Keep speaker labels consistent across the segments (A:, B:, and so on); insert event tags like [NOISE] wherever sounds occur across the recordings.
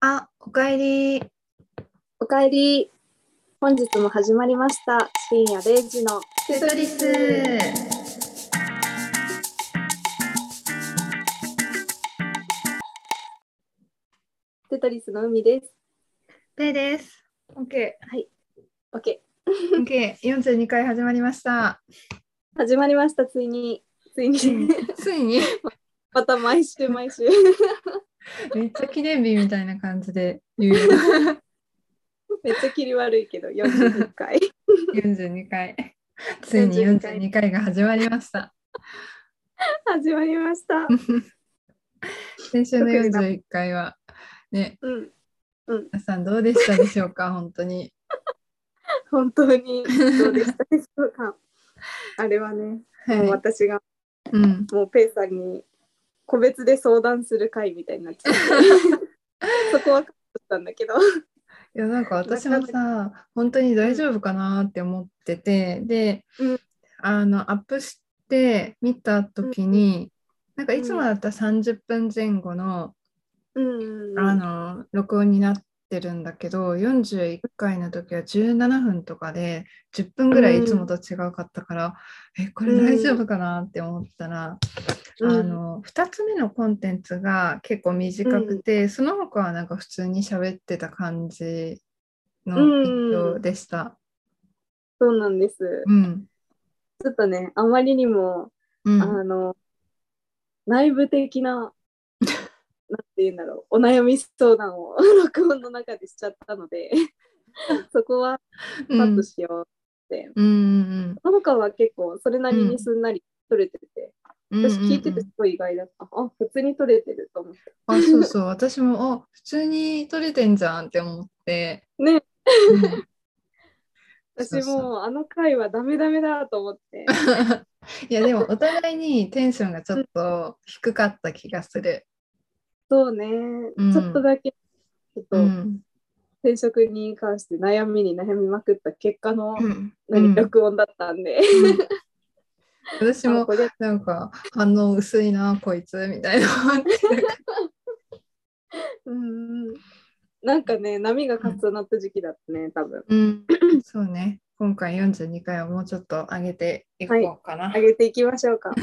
A: あ、おかえり。
B: おかえり。本日も始まりました。深夜0時の。
A: テトリス。
B: テトリスの海です。
A: ペイです。オッケー、
B: OK。
A: オッケー、四十二回始まりました。
B: 始まりました。ついに。ついに。 [LAUGHS]
A: ついに
B: また毎週毎週。 [LAUGHS]
A: めっちゃ記念日みたいな感じで言うよ。
B: めっちゃ切り悪いけど、42回。 [LAUGHS]
A: 四十二 [LAUGHS] 回。ついに四十二回が始まりました。
B: 始まりました。
A: 先週の四十一回はね、
B: うん。
A: 皆さんどうでしたでしょうか。本当に
B: 本当に。どうでしたでしょうか。 [LAUGHS] あれはね、もう
A: は
B: 私が
A: い。うん。
B: もうペイさんに個別で相談する会みたいになっちゃ [LAUGHS] って。そこはカットしたんだけど。
A: いやなんか私もさ本当に大丈夫かなって思っててで、
B: うん
A: あのアップして見た時に、なんかいつもだったら30分前後の,、
B: うん。
A: あの録音になってるんだけど41回の時は17分とかで10分ぐらいいつもと違うかったから、えこれ大丈夫かなって思ったら、
B: うん
A: あの2つ目のコンテンツが結構短くて、その他はなんか普通に喋ってた感じの印象でした。
B: そうなんです。
A: うん
B: ちょっとね、あまりにも、
A: うん
B: あの、内部的
A: [LAUGHS]
B: な、なんて言うんだろう、お悩み相談を [LAUGHS] 録音の中でしちゃったの
A: [LAUGHS]
B: で、そこは
A: う
B: カッ
A: ん
B: トしようって。
A: うんうん
B: その他は結構、それなりにすんなり取れてて、
A: うん
B: 私聞いて
A: うんうんう
B: て
A: ん
B: すごい意外だった。あ、普通に取れてると思って。
A: あそうそう私もあ普通に撮れてんじゃんって思って、
B: ね、
A: うん [LAUGHS]
B: 私
A: そうそう
B: もうあの回はダメダメだと
A: [LAUGHS]
B: 思って。
A: いやでもお互いにテンションがちょっと低かった気がする。
B: そうね、
A: うん
B: ちょっとだけ、ちょっと
A: うん
B: 転職に関して悩みに悩みまくった結果の、
A: うんう
B: 何、
A: ん
B: 録音だったんで。
A: 私も
B: あこれ
A: なんか反応薄いなこいつみたいな思って
B: うんうんなんかね、波が重なった時期だったね、多分。
A: うん、そうね。今回42回はもうちょっと上げていこうかな。
B: 上げていきましょうか。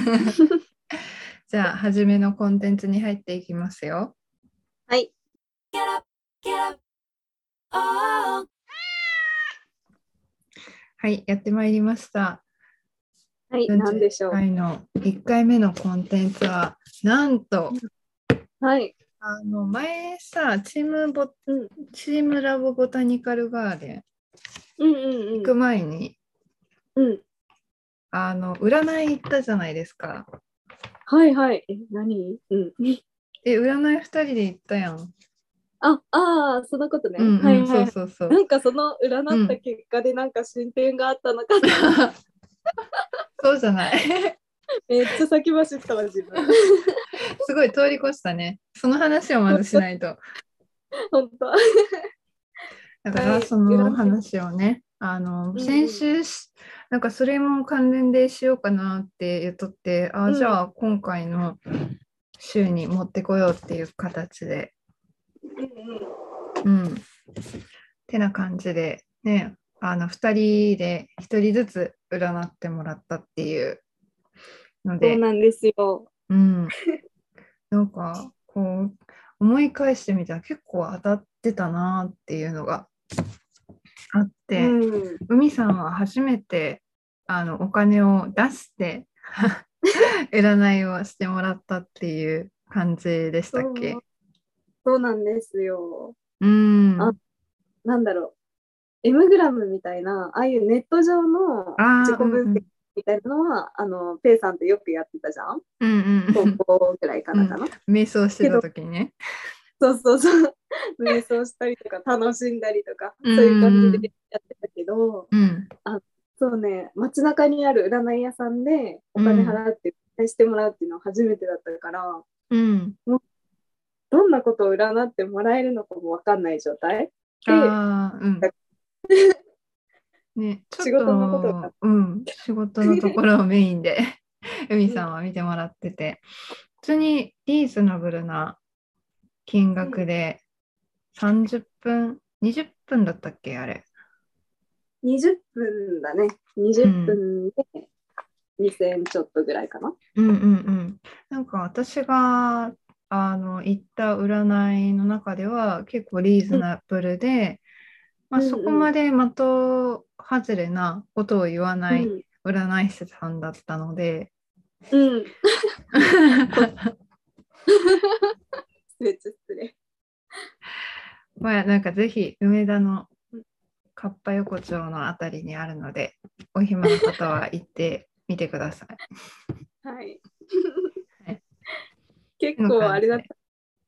A: じゃあ、初めのコンテンツに入っていきますよ。
B: はい。
A: はい、やってまいりました。
B: はい、何でしょう。
A: 回の1回目のコンテンツは、なんと、
B: はい。
A: あの前さ、チームボ、
B: うん
A: チームラボボタニカルガーデン
B: うんう
A: 行
B: んう
A: く
B: ん。
A: 前に、
B: うん、
A: あの占い行ったじゃないですか。
B: はいはい。え、何うん。
A: え、占い2人で行ったやん。
B: あ、ああ、そのことね。
A: うん、
B: は
A: う
B: い
A: ん、そ
B: は
A: う
B: い。
A: そうそう。
B: なんかその占った結果でなんか進展があったのかな、
A: そうじゃない。
B: めっちゃ先走ったわ
A: [LAUGHS]
B: 自分
A: すごい通り越したね。その話をまずしないと。
B: 本当
A: だから
B: はい
A: その話をね、あの
B: ん
A: 先週しなんかそれも関連でしようかなって言っとって、あ
B: う
A: あ
B: ん
A: じゃあ今回の週に持ってこようっていう形で、う
B: う
A: ん。ってな感じでね、あの2人で1人ずつ占ってもらったっていうの
B: んうん、そ
A: で
B: う、なんですよ
A: うん、なんかこう思い返してみたら結構当たってたなっていうのがあって、
B: うん、
A: 海さんは初めてあのお金を出して [LAUGHS] 占いをしてもらったっていう感じでしたっけ
B: そうそうなんですよ
A: うん
B: あなんだろう、M グラムみたいな、ああいうネット上の
A: あー
B: 自己分析みたいなのは、あの、ペイさんとよくやってたじゃん
A: うんうんうん
B: 高校ぐらいかなかな。
A: 瞑想してた時にね
B: そうそうそう。瞑想したりとか、楽しんだりとか、そ
A: う
B: う
A: ん
B: いう感じでやってたけど、
A: うん
B: そうね、街中にある占い屋さんでお金払って、返してもらうっていうのは初めてだったから、
A: うん
B: どんなことを占ってもらえるのかもわかんない状態で、
A: ああうん [LAUGHS] ね、ちょっ
B: 仕事のことが
A: うん、仕事のところをメインで [LAUGHS] 海さんは見てもらってて普通にリーズナブルな金額で30分、20分だったっけあれ。
B: 20分だね。20分で2000ちょっとぐらいかな。
A: うんうんうん。なんか私があの行った占いの中では結構リーズナブルで、まあ、
B: うんうん
A: そこまで的外れなことを言わない
B: うん
A: 占い師さんだったので、
B: うん。失礼失礼。
A: まあなんかぜひ梅田のかっぱ横丁のあたりにあるのでお暇な方は行ってみてくだ [LAUGHS] さい。
B: はい
A: はい。
B: 結構あれだった。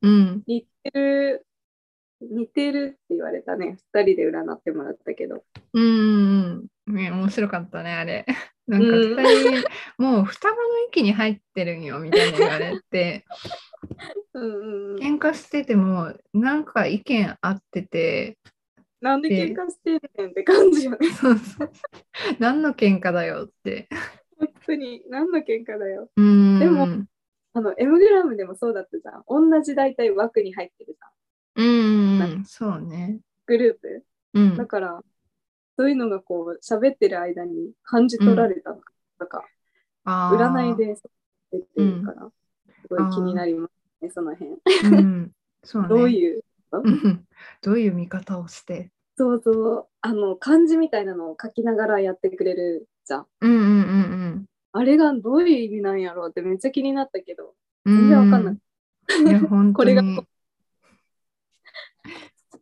A: うん、
B: 似てる、似てるって言われたね。二人で占ってもらったけど。
A: うんうんうん、ね、面白かったねあれ。 [LAUGHS] なんか
B: うん
A: 2人、もう双子の域に入ってるんよみたいに言われ
B: [LAUGHS]
A: て
B: うんうんうん。
A: 喧嘩しててもなんか意見合ってて
B: なんで喧嘩してんねんって感じよね。
A: そうそう何の喧嘩だよって。
B: 本当に。何の喧嘩だよ。
A: うん
B: でも
A: うん
B: あの、M グラムでもそうだったじゃん。同じ大体枠に入ってるじゃん。
A: うんうん、そうね。
B: グループ。
A: うん
B: だ、から、そういうのがこう、喋ってる間に感じ取られたのか、とか、
A: あー
B: 占いで出てるから、すごい気になりますね、その辺。
A: うん、そうね。
B: どういう、
A: うんどういう見方をして。
B: そうそう、あの、漢字みたいなのを書きながらやってくれるじゃん。
A: うんうんうん
B: あれがどういう意味なんやろうってめっちゃ気になったけど、
A: うん。
B: 全然わかんない
A: うん。いや、本当に。
B: これが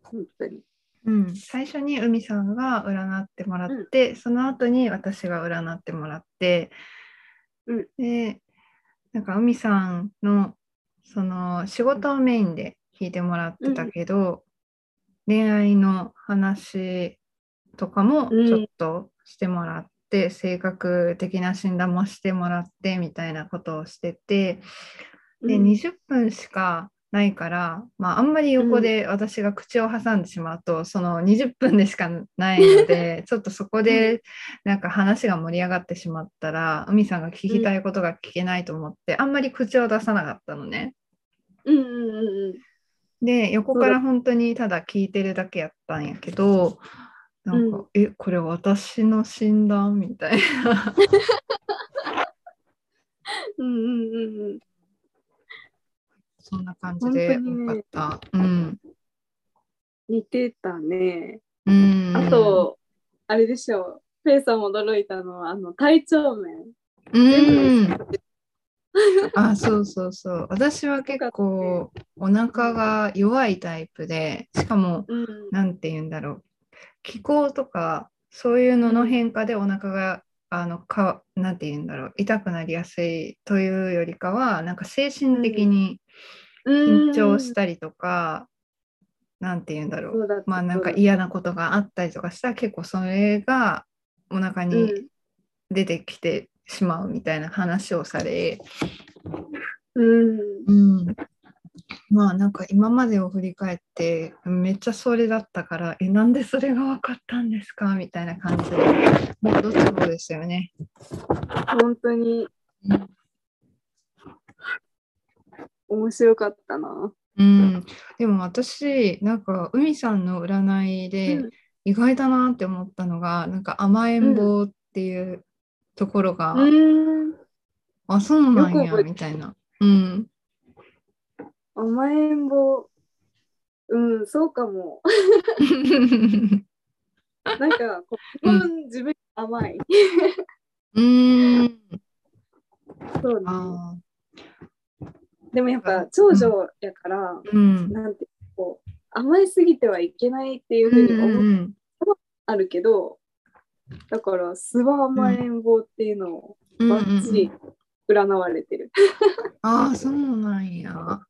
B: 本当に。
A: うん、最初に海さんが占ってもらって、その後に私が占ってもらって、
B: うん
A: でなんか海さんのその仕事をメインで聞いてもらってたけど、恋愛の話とかも
B: うん
A: ちょっとしてもらって、性格的な診断もしてもらってみたいなことをしてて、で
B: うん
A: 20分しかないから、まあ、あんまり横で私が口を挟んでしまうと、その20分でしかないので [LAUGHS] ちょっとそこでなんか話が盛り上がってしまったら海さんが聞きたいことが聞けないと思って、あんまり口を出さなかったのね。
B: うんうんうんうん。
A: で横から本当にただ聞いてるだけやったんやけどなんか「
B: う
A: えこれ私の診断?」みたいな。
B: うんうんうんうん。
A: そんな感じでよかった。うん
B: 似てたね。
A: うん、
B: あと、あれでしょう。ペイさん驚いたのは、あの、体調面。
A: うん
B: 全部、
A: あそうそうそう私は結構お腹が弱いタイプでしかも
B: うん。
A: 何て言うんだろう気候とかそういうのの変化でお腹があのかなんて言うんだろう痛くなりやすいというよりかはなんか精神的に緊張し
B: うん。
A: たりとかなんて言うんだろ
B: そううだった
A: まあなんか
B: そうだっ
A: 嫌なことがあったりとかしたら結構それがお腹
B: た
A: に出てきてしまうみたいな話をされ、
B: うん。うん
A: うん、まあなんか今までを振り返ってめっちゃそれだったからえなんでそれが分かったんですかみたいな感じでもうどっちもですよね。
B: 本当に
A: うん
B: 面白かったな。
A: うん、でも私なんか海さんの占いで意外だなって思ったのがなんか甘えん坊っていうところが、
B: うん。
A: あそうなん
B: よく
A: や
B: 覚えて
A: みたいな。うん、
B: 甘えん坊。うん、そうかも。 [LAUGHS] なんか、こう基
A: うん
B: 本自分に甘い。
A: うん
B: そうね。
A: あ
B: でもやっぱ長女やから、
A: ーうん
B: なんてこう甘えすぎてはいけないっていう
A: う
B: ふ
A: ん
B: うに
A: う
B: 思うんあるけど、だから素は甘えん坊っていうのを
A: うん
B: バッチリ占われてる。
A: ああそうなんや。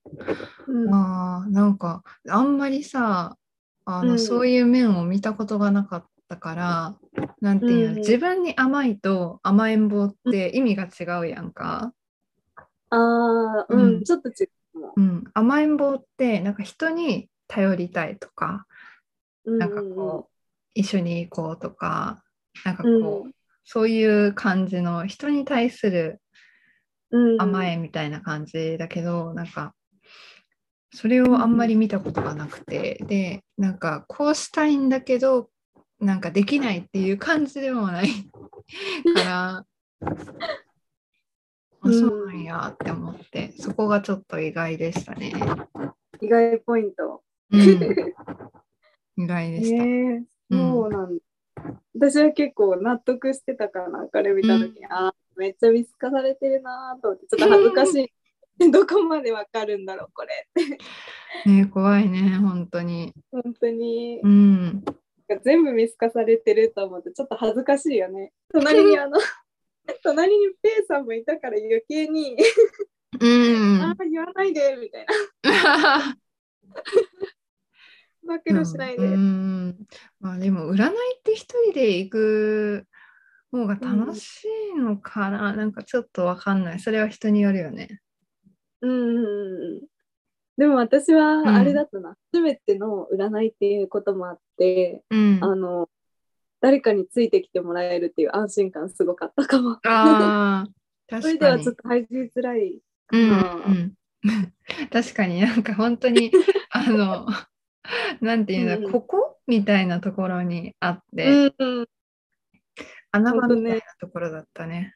B: うん
A: ああなんかあんまりさあの、
B: うん
A: そういう面を見たことがなかったからなんていうの、
B: うん
A: 自分に甘いと甘えん坊って意味が違うやんか、
B: ああ、うん、
A: うん
B: ちょっと違うかも。
A: うん、甘えん坊ってなんか人に頼りたいとかな
B: な
A: んかこう一緒に行こうとかなんかこう、
B: うん
A: そういう感じの人に対する
B: うん、
A: 甘えみたいな感じだけど、なんかそれをあんまり見たことがなくて、でなんかこうしたいんだけどなんかできないっていう感じでもない [LAUGHS] から。あ
B: うん
A: そうなんやって思って、そこがちょっと意外でしたね。
B: 意外ポイント。 [LAUGHS]
A: うん、意外でした。
B: えそうなんだ。私は結構納得してたから、これ見た時、きあーめっちゃ見透かされてるなーと思って、ちょっと恥ずかしい。どこまでわかるんだろう、これ。
A: うん、ね怖いね本当に。
B: 本当に
A: う。ん
B: 全部見透かされてると思って、ちょっと恥ずかしいよね。隣にあの、 [LAUGHS] 隣にペイさんもいたから余計に、
A: うん
B: ああ、言わないで、みたいな。暴露しないで。
A: うんうんまあ、でも占いって一人で行く方が楽しいのかな、なんかちょっとわかんないそれは人によるよね。
B: うんうんうんうんでも私
A: ん
B: はあれだったな、すべての占いっていうこともあって、
A: うん、
B: あの誰かについてきてもらえるっていう安心感すごかったかも。
A: あー [LAUGHS]
B: そ
A: 確
B: れで
A: か
B: は
A: に
B: ちょっと入りづらい。
A: うんう
B: まあ
A: ん [LAUGHS] 確かになんか本当 [LAUGHS] にあのなんていうんだ、
B: うん
A: ここみたいなところにあって、
B: うんうん
A: 穴場
B: ほんと
A: み
B: ね
A: たいなところだったね。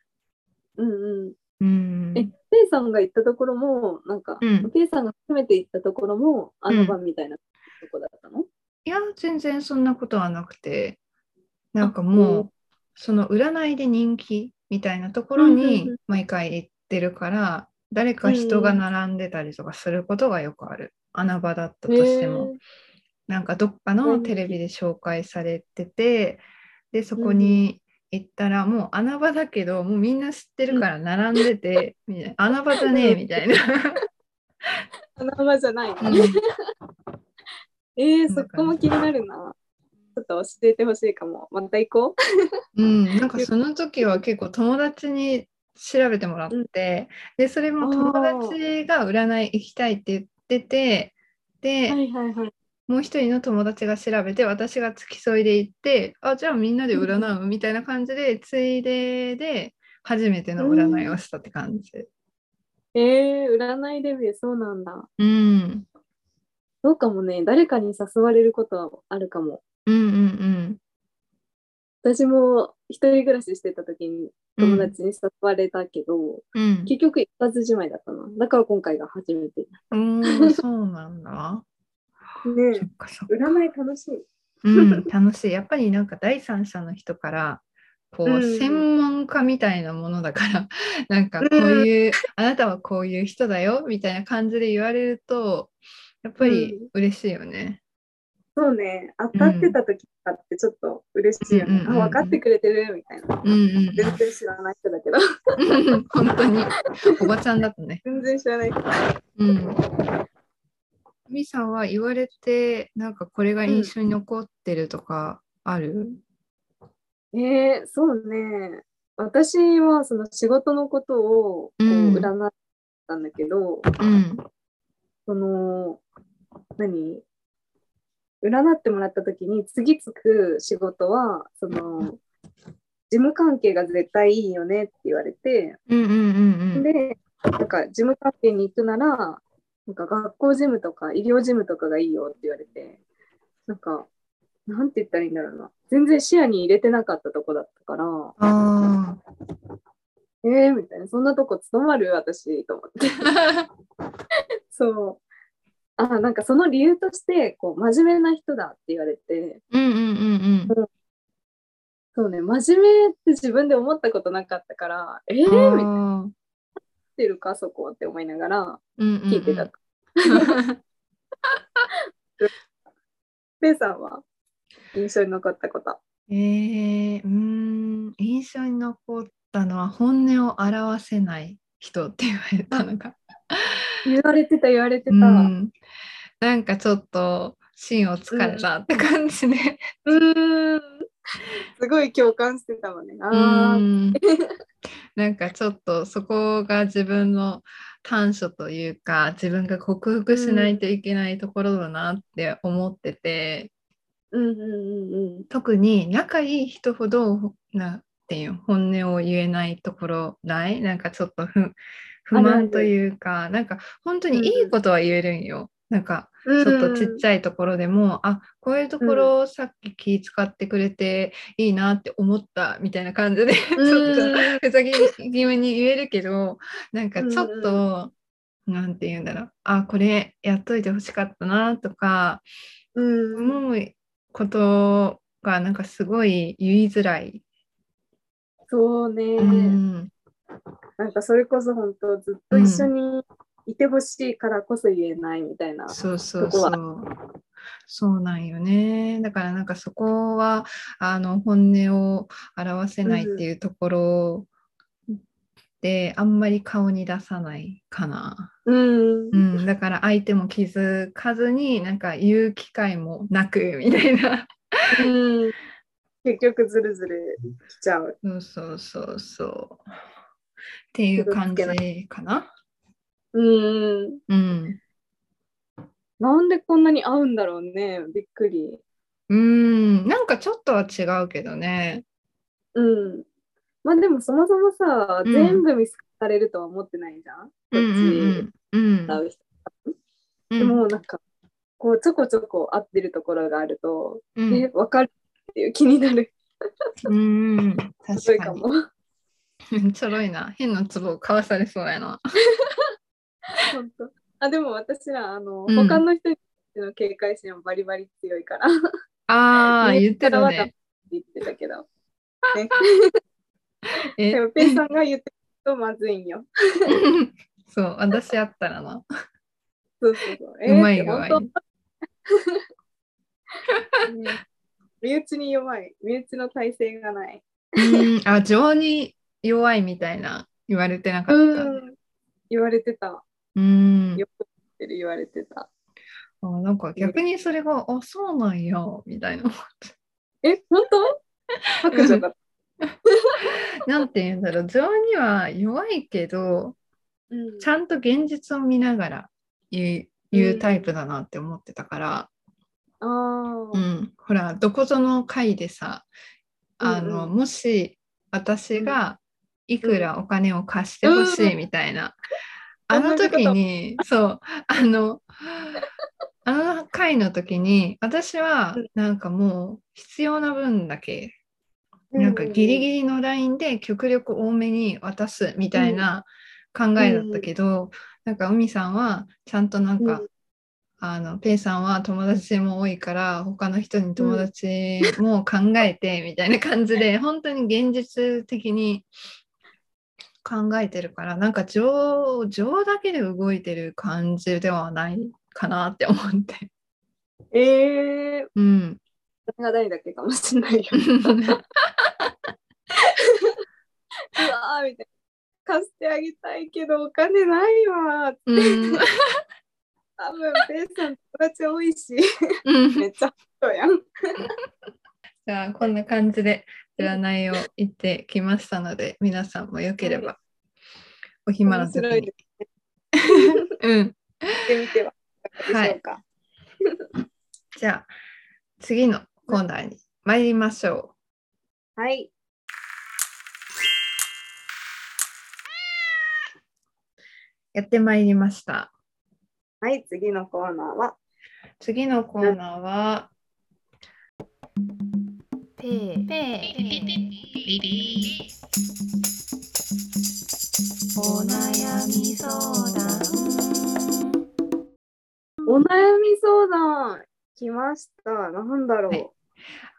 B: うんうん。
A: うん
B: え、ペイさんが行ったところも、なんか、
A: うん
B: ペイさんが含めて行ったところも、あの場みたいなとこだったの、
A: いや、全然そんなことはなくて、なんかも
B: う
A: う、その占いで人気みたいなところ
B: うんうんう
A: に
B: ん
A: 毎回行ってるから、誰か人が並んでたりとかすることがよくある。穴場だったとしても。なんかどっかのテレビで紹介されてて、で、そこに行ったら、もう穴場だけど、もうみんな知ってるから並んで
B: [LAUGHS]
A: て、みたいな穴場じゃねえみたいな。
B: へー穴場じゃないの、えー、そこも気になるな。ちょっと教えてほしいかも。また行こ
A: うん、
B: [LAUGHS]
A: なんかその時は結構友達に調べてもらって、でそれも友達が占い行きたいって言ってて
B: う。
A: で、
B: はいはいはい。
A: もう一人の友達が調べて私が付き添いで行ってあじゃあみんなで占うみたいな感じでついでで初めての占いをしたって感じ。
B: えー、占いデビューそうなんだ。
A: うん、
B: そうかもね、誰かに誘われることはあるかも。
A: うん、うんうん
B: 私も一人暮らししてた時に
A: うん
B: 友達に誘われたけど、
A: うん
B: 結局一発じまいだったな。だから今回が初めて。ね、 [LAUGHS]
A: うん、そうなんだ。そっかそっか
B: 占い楽しい。
A: うん、楽しい。 [LAUGHS] やっぱりなんか第三者の人から、こ
B: う
A: う、
B: ん
A: 専門家みたいなものだから、 [LAUGHS] なんかこういう、あなたはこういう人だよ、みたいな感じで言われると、やっぱり嬉しいよね。
B: そうね、当たってた時とかってちょっと嬉しいよ
A: う
B: ね。
A: んうんうんうん
B: あ、分かってくれてるみたいな。
A: うんうん
B: 全然知らない人だけど、 [LAUGHS]
A: うん。 [LAUGHS] 本当に、おばちゃんだとね。
B: 全然知らない人。
A: うん。みさんは言われて、なんかこれが印象に残ってるとかある
B: えー、そうね。私はその仕事のことをこう
A: うん
B: 占ったんだけど、
A: うん。
B: その、何占ってもらった時に次つく仕事は、その、事務関係が絶対いいよねって言われて、
A: うんうんうん
B: で、なんか事務関係に行くなら、なんか学校事務とか医療事務とかがいいよって言われて、なんか、なんて言ったらいいんだろうな。全然視野に入れてなかったとこだったから、
A: うん。あ
B: えー、みたいな、そんなとこ務まる私と思
A: [LAUGHS]
B: って。
A: あ。
B: そう。あ、なんかその理由として、こう、真面目な人だって言われて、
A: うんうんうん
B: そうね、真面目って自分で思ったことなかったから、えー、みたい
A: うん。
B: なっ
A: あー
B: てるか、そこって思いながら
A: うんうんうん
B: 聞いて
A: [LAUGHS]
B: た。ペイ、さんは印象に残ったこと。
A: えー、うーん印象に残ったのは本音を表せない人って言われたのが、
B: 言われてた、言われて
A: う、
B: た。うん
A: なんかちょっと芯をつかれたって感じね。
B: ーん。すごい共感してたわね。
A: う
B: あー
A: んなんかちょっとそこが自分の短所というか自分が克服しないといけないところだなって思ってて。
B: うんうんうんうん。
A: 特に仲いい人ほどなんていうの本音を言えないところないなんかちょっと不不
B: あるあ
A: 満
B: る
A: というかなんか本当にいいことは言えるんよ、なんか
B: ちょ
A: ちょっとちっ
B: ゃい。
A: ちゃいところでも、あこういうところをさっき気使ってくれていいなって思ったみたいな感じでちょっと
B: うん
A: ふざけ気味に言えるけどなんかちょっと、なんて言うんだろうあこれやっといてほしかったなとか
B: うん
A: 思うことがなんかすごい言いづらい。
B: そうね、
A: うん
B: なんかそれこそ本当ずっと一緒にいてほしいからこそ言えないみたいな。
A: そうそうそう。そうなんよね。だからなんかそこはあの本音を表せないっていうところで、あんまり顔に出さないかな。
B: うん
A: う。ん、だから相手も気づかずになんか言う機会もなくみたいな。 [LAUGHS]
B: うん結局ずるずる来ちゃう。
A: そうそうそうそう。っていう感じかな。
B: うん。
A: うん。
B: なんでこんなに合うんだろうね。びっくり。
A: うん、なんかちょっとは違うけどね。
B: うん。まあでもそもそもさ、
A: うん
B: 全部見透かされるとは思ってないじゃん。こ
A: うん
B: っ
A: うん
B: ち、会う人。
A: うん。
B: でもなんか、こうちょこちょこ合ってるところがあると、
A: うん、
B: え、わかるっていう気になる。
A: うんうん、
B: す
A: 確
B: ごい
A: か
B: か
A: に
B: も。
A: ちょろいな。変なツボを買わされそうやな。
B: [LAUGHS] 本当あでも私らあの、
A: うん
B: 他の人の警戒心はバリバリ強いから [LAUGHS]
A: ああ、言ってたね。
B: 言ってたけど
A: え [LAUGHS]
B: でもペイさんが言ってるとまずいんよ。
A: そう、私あったらな。
B: そうそうそう。
A: うまい具
B: えーって
A: 合
B: 本
A: に。
B: 当に身内に弱い。身内の体制がない。
A: うん、あ、情に弱いみたいな言われてなかった。うん
B: うん。言われてた。
A: うん
B: よく言ってる言われてた。
A: あなんか逆にそれが、あ、そうなんや、み
B: [LAUGHS]
A: たいな。
B: え、本当白女だった。
A: なんて言うんだろう、情には弱いけど、
B: うん
A: ちゃんと現実を見ながら言う言うタイプだなって思ってたから。
B: あー
A: うん、ほらどこぞの会でさあの、
B: うん
A: もし私がいくらお金を貸してほしいみたい
B: [LAUGHS]
A: な、あの時にそうあのあの会の時に私は
B: うん
A: なんかもう必要な分だけなんかギリギリのラインで極力多めに渡すみたいな考えだったけど、なんか海さんはちゃんとなんか、
B: うん
A: あのペイさんは友達も多いから他の人に友達も考えてみたいな感じで、本当に現実的に考えてるからなんか情情だけで動いてる感じではないかなって思って。
B: えー、
A: [LAUGHS] うん
B: それが誰だっけかもしれないよ。うわーみたいな。貸してあげたいけどお金ないわー。
A: うん
B: 多分ペイさん友達多
A: [LAUGHS]
B: いし、
A: うん
B: めっちゃそうやん。
A: じゃあこんな感じで占いを行ってきましたので皆さんもよければお暇な
B: 面
A: 時
B: 白いで
A: に
B: す。
A: うん
B: やってみてはいかがでしょうか。
A: じゃあ次のコーナーに参りましょ
B: は
A: う
B: い。
A: やってまいりました
B: はい、次のコーナーは。
A: 次のコーナーは
C: お悩み相談。
B: お悩み相談来ました。なんだろう。
A: はい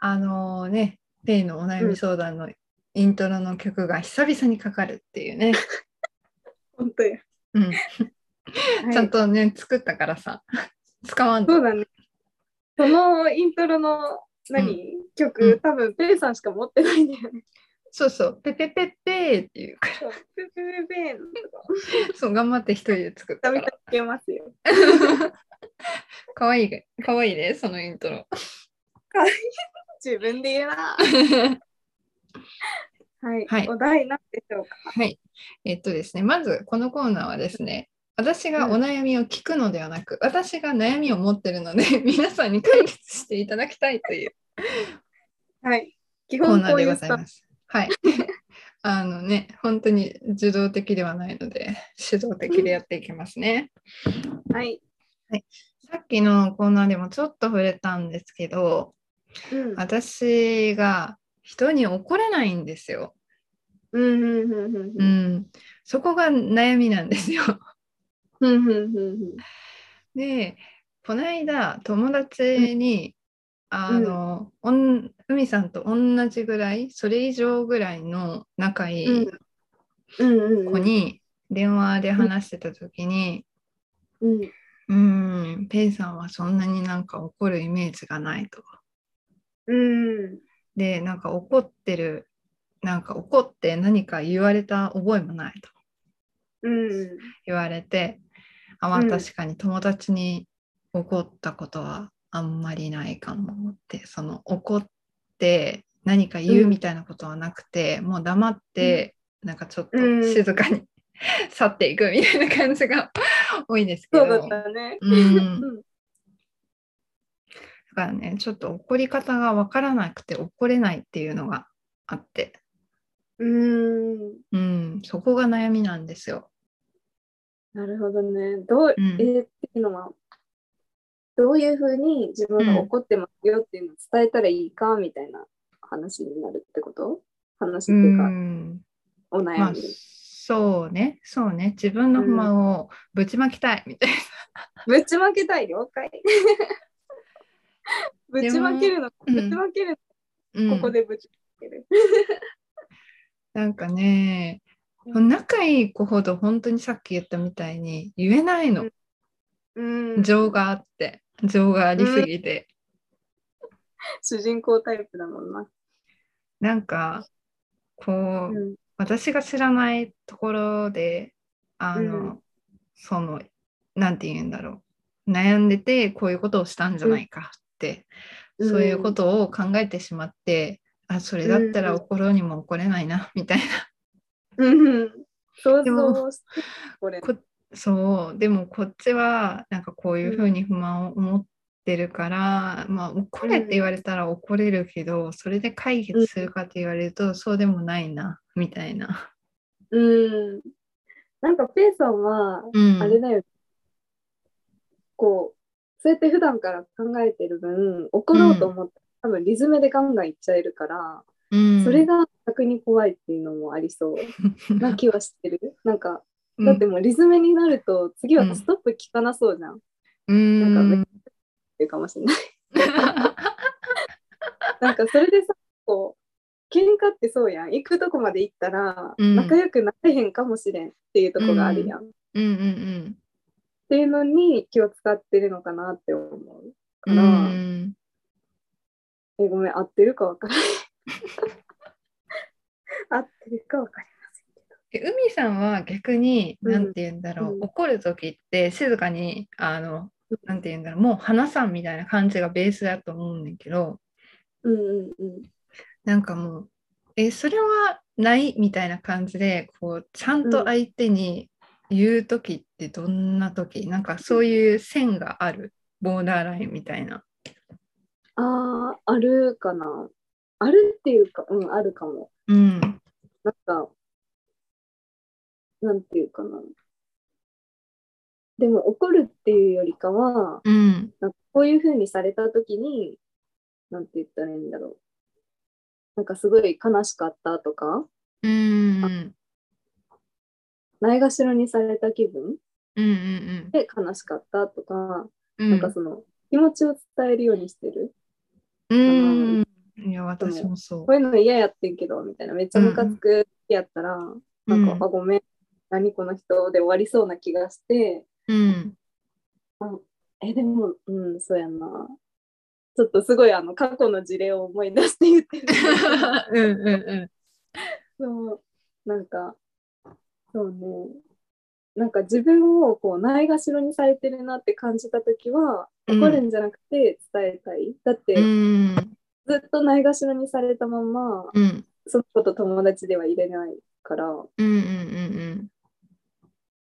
A: あのねペイのお悩み相談のイントロの曲が久々にかかるっていうね、
B: 本当や。
A: うん、
B: はい
A: ちゃんとね作ったからさ [LAUGHS] 使わん
B: そう
A: と
B: だね。そのイントロの何、曲、
A: うん
B: 多分ペイさんしか持ってないんだ
A: [LAUGHS]
B: よね。
A: そうそうペペペペーっていう [LAUGHS] か
B: そうペイペイペイペイのとこ。
A: そう頑張って一人で作った
B: た
A: か
B: び
A: ら
B: たびけますよ。
A: かわいいが、かわいいね、そのイントロ。
B: 自分で言
A: [LAUGHS]
B: うな。はい。
A: はい
B: お題なんでしょうか。
A: はい。えっとですね、まずこのコーナーはですね、私がお悩みを聞くのではなく、私が悩みを持ってるので、 [LAUGHS] 皆さんに解決していただきたいという
B: はい。基
A: コー
B: 本
A: ナ
B: こ
A: ー
B: う
A: で
B: い
A: ご
B: うス
A: ざい
B: タイル
A: ます。はい。 [LAUGHS] あのね、本当に受動的ではないので、手動的でやっていきますね。
B: はい。
A: [LAUGHS] さっきのコーナーでもちょっと触れたんですけど、
B: うん
A: 私が人に怒れないんですよ。
B: うんうんうんうん
A: う
B: うん
A: ん、そこが悩みなん [LAUGHS] ですよ。
B: うんうんうん
A: でこの間友達に、あの、おん海さんと同じぐらいそれ以上ぐらいの仲いい
B: うんうんうん
A: 子に電話で話してた時に
B: うん
A: 「うんペイさんはそんなになんか怒るイメージがない」と。
B: うん
A: でなんか怒ってるなんか怒って何か言われた覚えもないと
B: うん
A: 言われてあまあ
B: うん
A: 確かに友達に怒ったことはあんまりないかもってその怒って何か言うみたいなことはなくて、もう黙って、なんかちょっと静かに [LAUGHS] 去っていくみたいな感じが多いですけ
B: そ
A: ど
B: うだったね。
A: [LAUGHS] うんだ
B: うん
A: からねちょっと怒り方がわからなくて怒れないっていうのがあって、
B: うん
A: うん、そこが悩みなんですよ。
B: なるほどね。どう、
A: うん
B: えーっていうのは、どういうふうに自分が怒ってますよっていうのを伝えたらいいかみたいな話になるってこと話って
A: う
B: いうか、
A: ん
B: お
A: ま
B: 悩
A: あ
B: み。
A: そうねそうね自分の不満をぶちまきたいみたい
B: ぶちまけたい、了
A: [LAUGHS]
B: 解。ぶちまけるの、
A: うん
B: ぶちまける
A: な、
B: の、
A: うん
B: ここでぶちまける。
A: なんかね
B: うん
A: 仲いい子ほど本当にさっき言ったみたいに言えないの、
B: うん、
A: 情があって情がありすぎて、
B: 主人公タイプだもんな。
A: なんかこ
B: う
A: う、
B: ん
A: 私が知らないところであの、
B: うん
A: そのなんて言うんだろう悩んでてこういうことをしたんじゃないかって、
B: うん
A: そういうことを考えてしまってあそれだったら
B: うん
A: 怒ろうにも怒れない [LAUGHS] なみたいな、
B: うん、想
A: でも
B: 像して、これ。
A: こそうでもこっちはなんかこういうふうに不満を持ってるから、まあ怒れって言われたら怒れるけど、それで解決するかって言われると、そうでもないなみたいな。
B: うん。なんか、ペイさんは、
A: うん、
B: あれだよ、こう、そうやって普段から考えてる分、怒ろうと思って、多分リズムでガンガンいっちゃえるから、
A: うん
B: それが逆に怖いっていうのもありそうな気はしてる。なんか、だってもうリズムになると、次はストップ効かなそうじゃん。っ
A: うん
B: なんか
A: うん
B: ていうかもしれない。なんか、それでさ、こう、喧嘩ってそうやん。行くとこまで行ったら、
A: うん
B: 仲良くなれへんかもしれんっていうとこがあるやん。っ
A: [LAUGHS] うんうん
B: ていうのに気を使ってるのかなって思う
A: う
B: か
A: ん。
B: ら、
A: うん
B: え、ごめん、合ってるかわからない。合ってるかわから
A: え海さんは逆に
B: うん
A: なんて言うんだろう、
B: うん
A: 怒る時って静かにあのなんて言うんだろうもう話さんみたいな感じがベースだと思うんだけど
B: ない。うんうんうん。
A: なんかもうえそれはないみたいな感じでこうちゃんと相手に言う時ってどんな時、なんかそういう線があるボーダーラインみたいな。
B: ああ、あるかな。あるっていうか、うん、あるかも。
A: うん、
B: なんか、なんていうかな。でも怒るっていうよりかは、
A: うん、
B: なんかこういうふうにされたときに、なんて言ったらいいんだろう。なんかすごい悲しかったとか、
A: うん、うん、
B: ないがしろにされた気分
A: うん、うん、
B: で悲しかったとか、
A: うん、
B: なんかその気持ちを伝えるようにしてる。
A: うん、いや私もそう
B: こ。ういうの嫌やってんけど、みたいな。めっちゃムカつくやったら、なんか、
A: うん
B: あ、ごめん、何この人で終わりそうな気がして、
A: うん、
B: え、でも、うん、そうやな。ちょっとすごいあの過去の事例を思い出して言っ
A: [LAUGHS]
B: てる
A: うんうん
B: そうなんかそうねなんか自分をこうないがしろにされてるなって感じた時は
A: うん
B: 怒るんじゃなくて伝えたい、だって
A: うん
B: ずっとないがしろにされたまま
A: うんうん
B: その子と友達ではいれないから
A: うんうん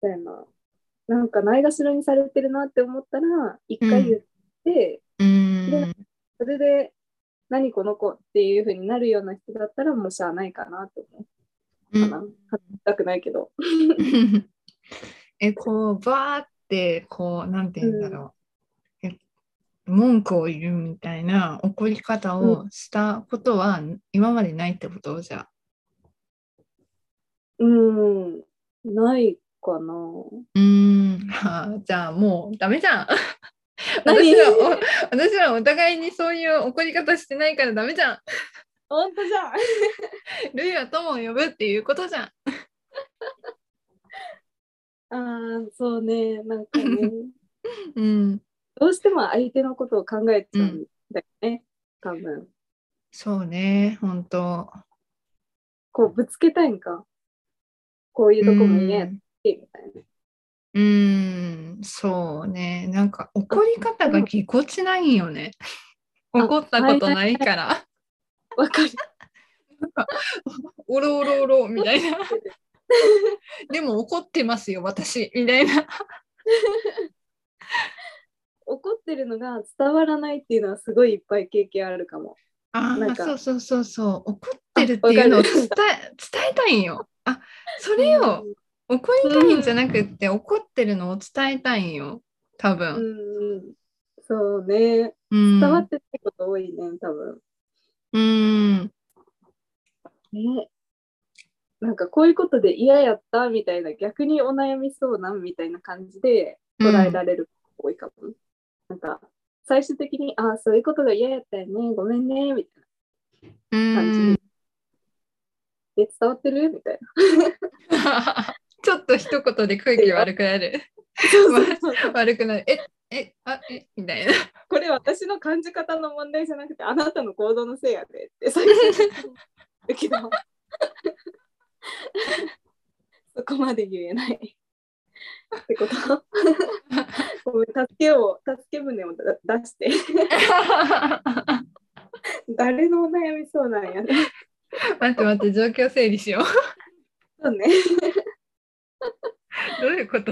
B: みたいななんかないがしろにされてるなって思ったら一回言って、
A: うんうん
B: それで何この子っていう風になるような人だったらもうしゃあないかなって思うかな、話したくないけど
A: えこうバーってこうなんて言うんだろう、文句を言うみたいな怒り方をしたことは今までないってことじゃあ
B: うん、ないかな。
A: うーんあじゃあもうダメじゃん [LAUGHS]
B: 何
A: 私らお私らお互いにそういう怒り方してないからダメじゃん
B: 本当じゃん。
A: ルイは友を呼ぶっていうことじゃん
B: ああ、そうね、なん
A: [LAUGHS]
B: かね、
A: うん
B: どうしても相手のことを考えちゃうんだよね、多分。
A: そうね本当
B: こう、ぶつけたいんか。こういうとこも嫌やっ
A: うん
B: て、みたいな。
A: うーんそうねなんか怒り方がぎこちないんよね怒ったことないから [LAUGHS]
B: わかる。
A: おろおろおろみたい
B: [LAUGHS]
A: な。でも怒ってますよ、私。みたいな。
B: 怒ってるのが伝わらないっていうのはすごいいっぱい経験あるかも。
A: あ
B: なん
A: あ、
B: か
A: そうそうそうそう。怒ってるっていうのを
B: わ
A: 伝
B: か
A: え伝
B: る
A: えたいんよ。あそれを怒りたいんじゃなくって、怒ってるのを伝えたいんよ。多
B: うん、
A: 分。
B: うん、そうね。
A: うん。
B: 伝わってないこと多いね、多分。
A: うん。
B: ね。なんかこういうことで嫌やったみたいな逆にお悩みそうなんみたいな感じで捉えられる子多いかも、なんか最終的にああそういうことが嫌やったよねごめんねみたい
A: うん
B: 感じなえ伝わってるみたいな
A: ちょっと一言で空気悪くなる。 [LAUGHS] 悪くなる。ええあえみたいな。
B: これ私の感じ方の問題じゃなくてあなたの行動のせいやでって最終的にだけどそこまで言えないってことごめん助けを助け舟をだ出して [LAUGHS] 誰のお悩みそうなんやね
A: 待って待って、状況整理しよう。
B: そうね
A: どういうこと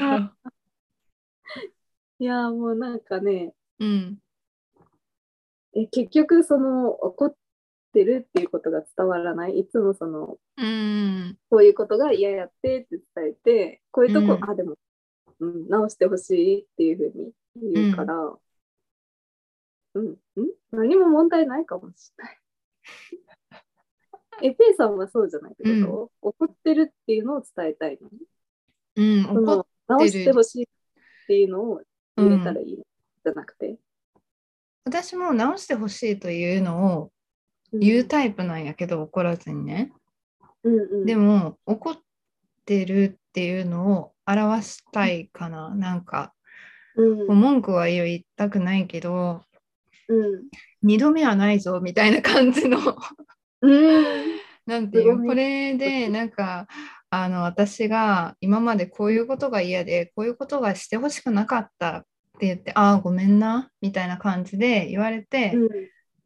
B: いやもうなんかね
A: うん。
B: え結局その怒ってるっていうことが伝わらないいつもその
A: うん。
B: こういうことが嫌やってって伝えて、こういうとこ、
A: うん
B: あ、でも、うん、直してほしいっていうふうに言うから、うん、うん、何も問題ないか [LAUGHS] もしれない。え、ペイさんはそうじゃないってこと、怒ってるっていうのを伝えたいの。
A: うん、
B: そ
A: 怒っ
B: の直してほしいっていうのを言えたらいいの、じゃなくて。
A: 私も直してほしいというのを言うタイプなんやけど怒らずにね。
B: うんうん、
A: でも怒ってるっていうのを表したいかな。なんか
B: うん、
A: もう文句は言いたくないけど
B: うん、
A: 二度目はないぞみたいな感じの
B: うん、
A: なんていう
B: すごい
A: これでなんかあの私が今までこういうことが嫌でこういうことがしてほしくなかったって言って「ああごめんな」みたいな感じで言われて。
B: うん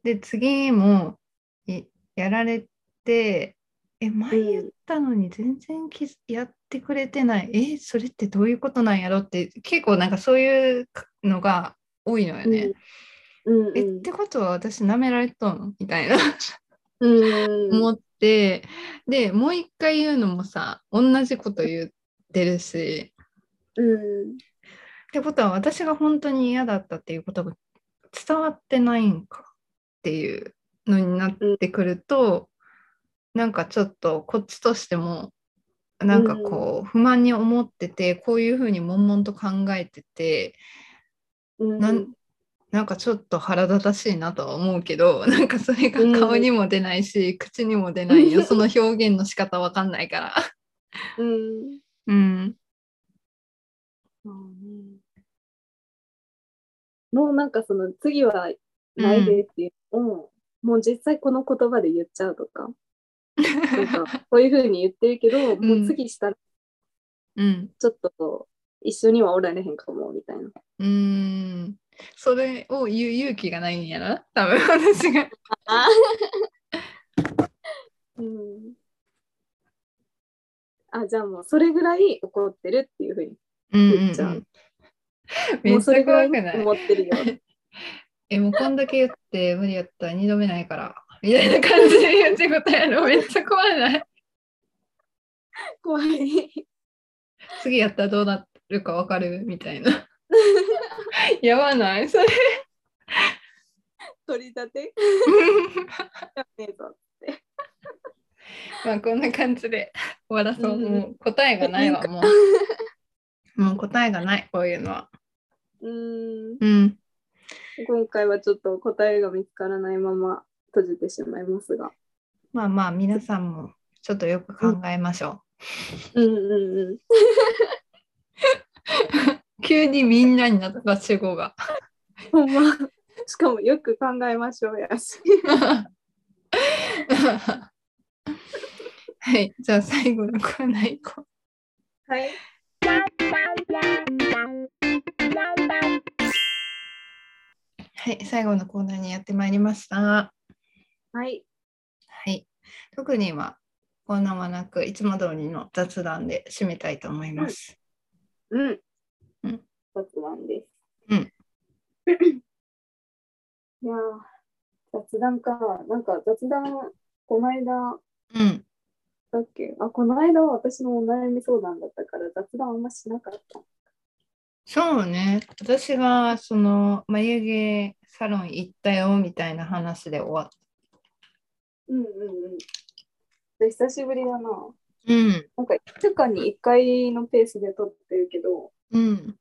A: で次もいやられてえ前言ったのに全然気づやってくれてないえそれってどういうことなんやろって結構なんかそういうのが多いのよね。
B: うん、
A: えってことは私舐められとんのみたいな
B: うん、
A: 思ってでもう一回言うのもさ同じこと言ってるし
B: うん、
A: ってことは私が本当に嫌だったっていうことが伝わってないんかっていうのになってくると、なんかちょっとこっちとしてもなんかこう不満に思っててこういうふうに悶々と考えてて
B: うん、
A: なんなんかちょっと腹立たしいなとは思うけど [LAUGHS] なんかそれが顔にも出ないし、口にも出ない [LAUGHS] よその表現の仕方わかんないから。
B: うん。
A: うん、
B: そうねもうなんかその次はないでっていうのを、もう実際この言葉で言っちゃうとか、なんかこういうふうに言ってるけど、もう次した
A: [LAUGHS]
B: ら
A: うん
B: ちょっと一緒にはおられへんかもみたいな。
A: うーんそれを言う勇気がないんやな多
B: [LAUGHS]
A: 分私が。
B: うん、あじゃあもうそれぐらい怒ってるっていうふうに、
A: うん
B: 言っちゃう
A: め
B: も
A: っ
B: うそ
A: ちゃ
B: れぐ
A: 怖
B: らい
A: くない
B: 思ってるよ。
A: え、もうこんだけ言って無理やったら二度目ないから。みたいな感じで言ってことやろ。めっちゃ怖ない。
B: 怖い。 [LAUGHS]
A: 次やった
B: [LAUGHS]
A: らどうなるかわかるみたいな。やばないそれ。
B: 取り立てやねえぞ
A: まあこんな感じで終わらそう。
B: うんうん
A: もう答えがないわ、もう。もう答えがない、こういうのは。
B: うーん
A: うん。
B: 今回はちょっと答えが見つからないまま閉じてしまいますが
A: まあまあ、皆さんもちょっとよく考えましょ
B: うんうんうん
A: う。急にみんなになった主語が。
B: ほんま。しかもよく考えましょうやし。
A: [LAUGHS] はい、じゃあ最後のコーナー行こ
B: はい。
A: う。はい、最後のコーナーにやってまいりました。
B: はい。
A: はい、特にはコーナーはなく、いつも通りの雑談で締めたいと思います。
B: うん。
A: うん
B: 雑談です。
A: うん。
B: いやー雑談か。なんか雑談、この間
A: うん、
B: だっけあ、この間は私のお悩み相談だったから雑談あんましなかった。
A: そうね。私がその眉毛サロン行ったよみたいな話で終わっ
B: うんうんうん。で久しぶりだな。
A: た。うん、
B: なんか1週間に1回のペースで撮ってるけど、
A: うん。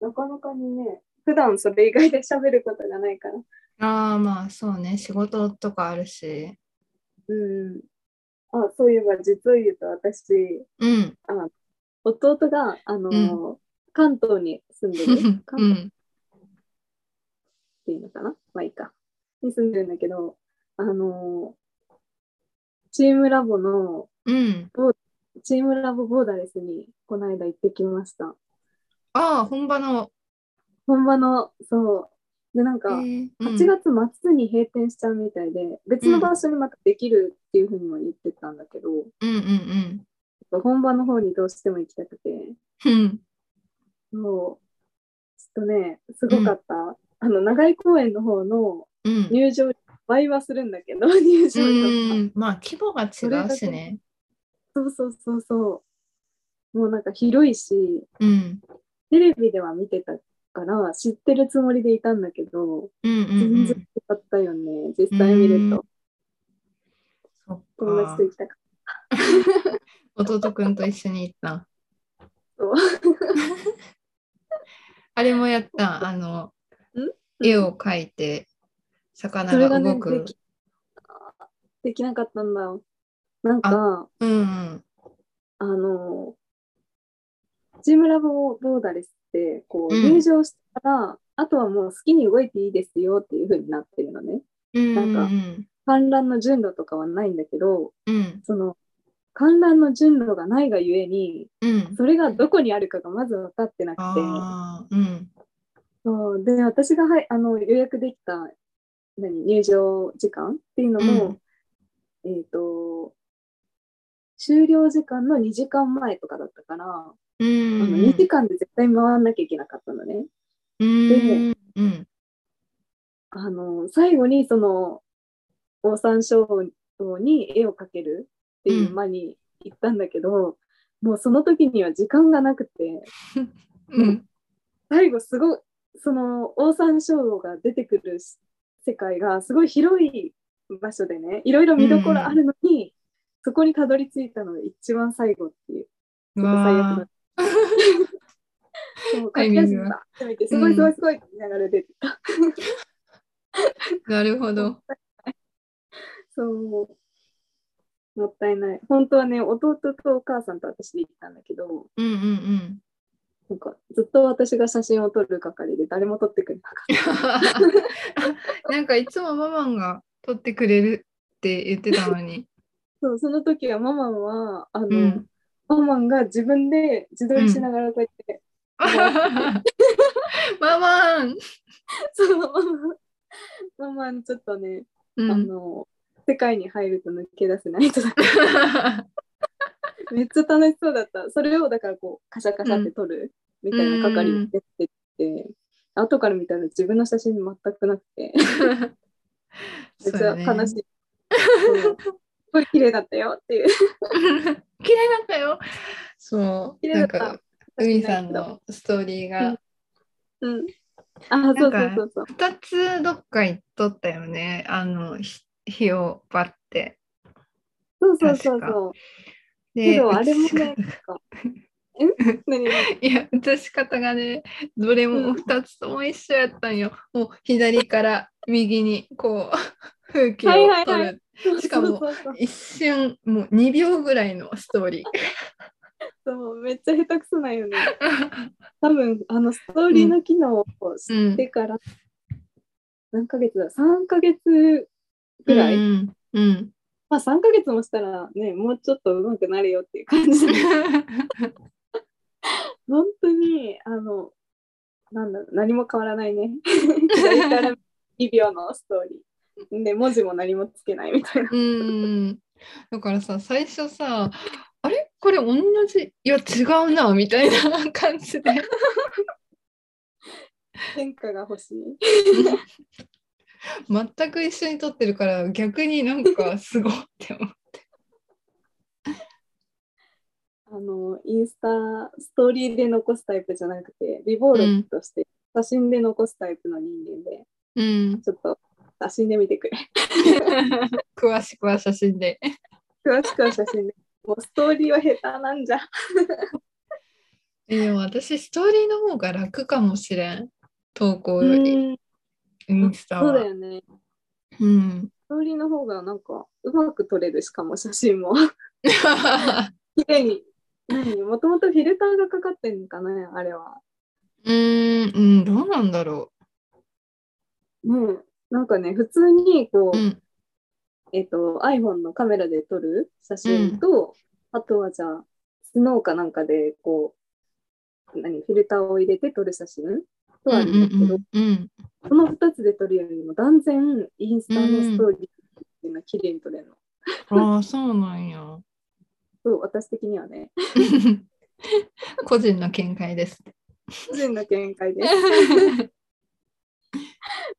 B: なかなかにね、普段それ以外で喋ることがないから。
A: ああ、まあそうね。仕事とかあるし。
B: うん。あ、そういえば実を言うと私、
A: うん。
B: 弟が、あのー関東に住んでる、
A: う
B: 関東っ
A: ん。
B: ていうのかな、まあいいか。に住んでるんだけど、あのーチームラボの、
A: うん。
B: チームラボボーダレスにこの間行ってきました。
A: ああ、本場の。
B: 本場の、そう。で、なんか、
A: えーうん
B: 8月末に閉店しちゃうみたいで、別の場所にまたできるっていうふうにも言ってたんだけど、
A: うんうん
B: 本場の方にどうしても行きたくて、
A: うん。うん。
B: もう、ちょっとね、すごかった。あの、長井公園の方の
A: うん。
B: 入場、倍はするんだけど、入場
A: う
B: 料。
A: んまあ規模が違うしね。
B: そうそうそうそう。もうなんか広いし、
A: うん。
B: テレビでは見てたから、知ってるつもりでいたんだけど、
A: うんうんう
B: 全然
A: ん。
B: よかったよね、実際見る
A: うん
B: と。
A: そっ
B: 友達
A: か
B: と。行きたかっ
A: 弟くんと一緒に行った
B: そう。
A: [LAUGHS] あれもやった。あの、
B: た。
A: 絵を描いて、魚
B: それ
A: が
B: がね
A: 動く。
B: できできなかったんだ。なんか、
A: うんうん。
B: あの、チームラボボーダレスって、こう、
A: うん
B: 入場したら、あとはもう好きに動いていいですよっていう風になってるのね。
A: うんうんう
B: なん
A: ん。
B: 観覧の順路とかはないんだけど、
A: うん
B: その、観覧の順路がないがゆえに、
A: うん。
B: それがどこにあるかがまず分かってなくて、
A: ああ、うん。
B: そうで、私がはいあの予約できた何入場時間っていうのも、えっ、と、終了時間の2時間前とかだったから、
A: うん
B: あ
A: う
B: の
A: ん
B: 2時間で絶対回んなきゃいけなかったのね。
A: うんうん。
B: あの最後にそのオ山椒に絵を描けるっていう間に行ったんだけど、もうその時には時間がなくて
A: うん。
B: 最後すごいそのオ山椒が出てくるし世界がすごい広い場所でねいろいろ見どころあるのに、そこにたどり着いたのが一番最後っていう
A: う
B: 最悪
A: わ
B: だ
A: あ。。
B: そう
A: タイ
B: 駆
A: ミ
B: け
A: ング
B: 足
A: が
B: だって見てすごいすごいすごいって流れ出てた。
A: なるほど。
B: そう。もったいない。本当はね、弟とお母さんと私で行ったんだけど、
A: うんうんうん。
B: なんかずっと私が写真を撮る係で誰も撮ってくれなかっ
A: なんかいつもママンが撮ってくれるって言ってたのに。
B: た。そうその時はママンは、あの、
A: うん
B: ママンが自分で自撮りしながらこうやって、 [LAUGHS]
A: ママン
B: そうママンママンちょっとね、
A: う
B: あ
A: ん。
B: の、世界に入ると抜け出せない人だから、 [LAUGHS] めっちゃ楽しそうだった。それをだからこう、カシャカシャって撮るみたいな係に出てって、後から見たら自分の写真全くなく
A: [LAUGHS]
B: て。めっちゃ悲しい。そうすごい綺麗だったよっていう。
A: 綺麗だったよ。そう。
B: 綺麗
A: な
B: だ
A: ん
B: った
A: か、海さんのストーリーが、
B: うん。あ、そうそ
A: な
B: うん
A: か
B: そうそう。
A: 2つどっか行っとったよね。あの、ひ日をばって。
B: そうそうそう
A: 確
B: そう。
A: で
B: けど、あれも
A: 映し方
B: ね、なん
A: [LAUGHS]
B: かえ何 [LAUGHS]
A: いや、映し方がね、どれ
B: う
A: も
B: ん
A: 2つとも一緒やったんよ。もう左から右にこう、 [LAUGHS] 風景を
B: は
A: 撮
B: い
A: る。
B: はいはい
A: しかも
B: そうそうそう
A: 一瞬、もう2秒ぐらいのストーリ
B: そうめっちゃ下手くそなんよね。 [LAUGHS]
A: ー。
B: 多分、あの、ストーリーの機能を知
A: うん
B: ってから、何ヶ月だ ?3 ヶ月ぐらい、
A: うんうん
B: まあ3ヶ月もしたらね、もうちょっと上手くなるよっていう感じ
A: う [LAUGHS]
B: で
A: ん
B: 本当に、あの、なんだろう、何も変わらな
A: [LAUGHS]
B: いね。左から2秒のストーリー。で、文字も何もつけないみたいな。
A: うんだからさ最初さあれこれ同じいや違うなみたいな感じ
B: [LAUGHS]
A: で
B: 変化が欲しい。
A: 全く一緒に撮ってるから逆になんかすごいって思う。
B: あの、インスタストーリーで残すタイプじゃなくて、微暴録として写真で残すタイプの人間で、
A: うん、
B: ちょっと写真で見てくれ。
A: [LAUGHS]
B: [LAUGHS]
A: 詳しくは写真で。
B: 詳しくは写真で。もうストーリーは下手なんじゃ。
A: えでも私ストーリーの方が楽かもしれん投稿より
B: ん、
A: インスタ
B: そうだ
A: は。
B: よね。
A: うん、
B: ストーリーの方がなんかうまく撮れるしかも写真も。 [LAUGHS] 綺麗に。何もともとフィルターがかかってんのかね、あれは。
A: うーんうんどうなんだろ
B: ねえなんかね、普通にこ
A: う。
B: う、
A: うん
B: えっ、と、iPhone のカメラで撮る写真と、あとはじゃあ、スノーかなんかで、こう、何、フィルターを入れて撮る写真と
A: うん
B: あ
A: う
B: るんだ
A: ん
B: けど、
A: うん
B: この2つで撮るよりも断然、インスタのストーリーっていうのは綺麗に撮れるの。
A: うん、ああそうなんや。 [LAUGHS]
B: そう、私的にはね、
A: 個人の見解 [LAUGHS] です。
B: 個人の見
A: [LAUGHS]
B: 解です。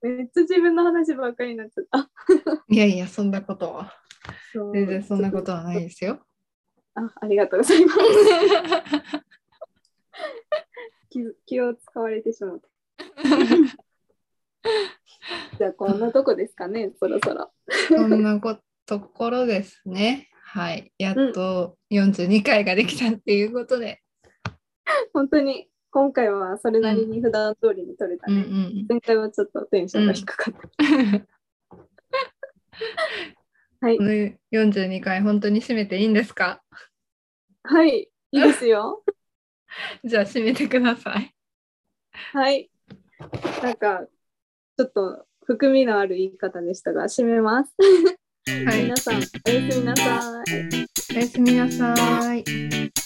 B: めっちゃ自分の話ばっかりになっちゃった。
A: いやいやそんなことは
B: そう
A: 全然そんなことはないですよ。
B: あありがとうございます。 [LAUGHS] 気気を使われてし
A: [LAUGHS]
B: まって。じゃあこんなとこですかね、そろそろ。
A: そんなこところですね。はい、やっと42回ができたっていうことで。
B: 本当に今回はそれなりに普段通りに取れた
A: うん
B: ね。
A: うん
B: 前回はちょっとテンションが低かった。はい
A: こ、の42回本当に締めていいんですか
B: はい、いいですよ。
A: じゃあ締めてください。
B: はい。なんかちょっと含みのある言い方でしたが、締めます。
A: はい
B: 皆、さん、おやすみなさい。
A: おやすみなさい。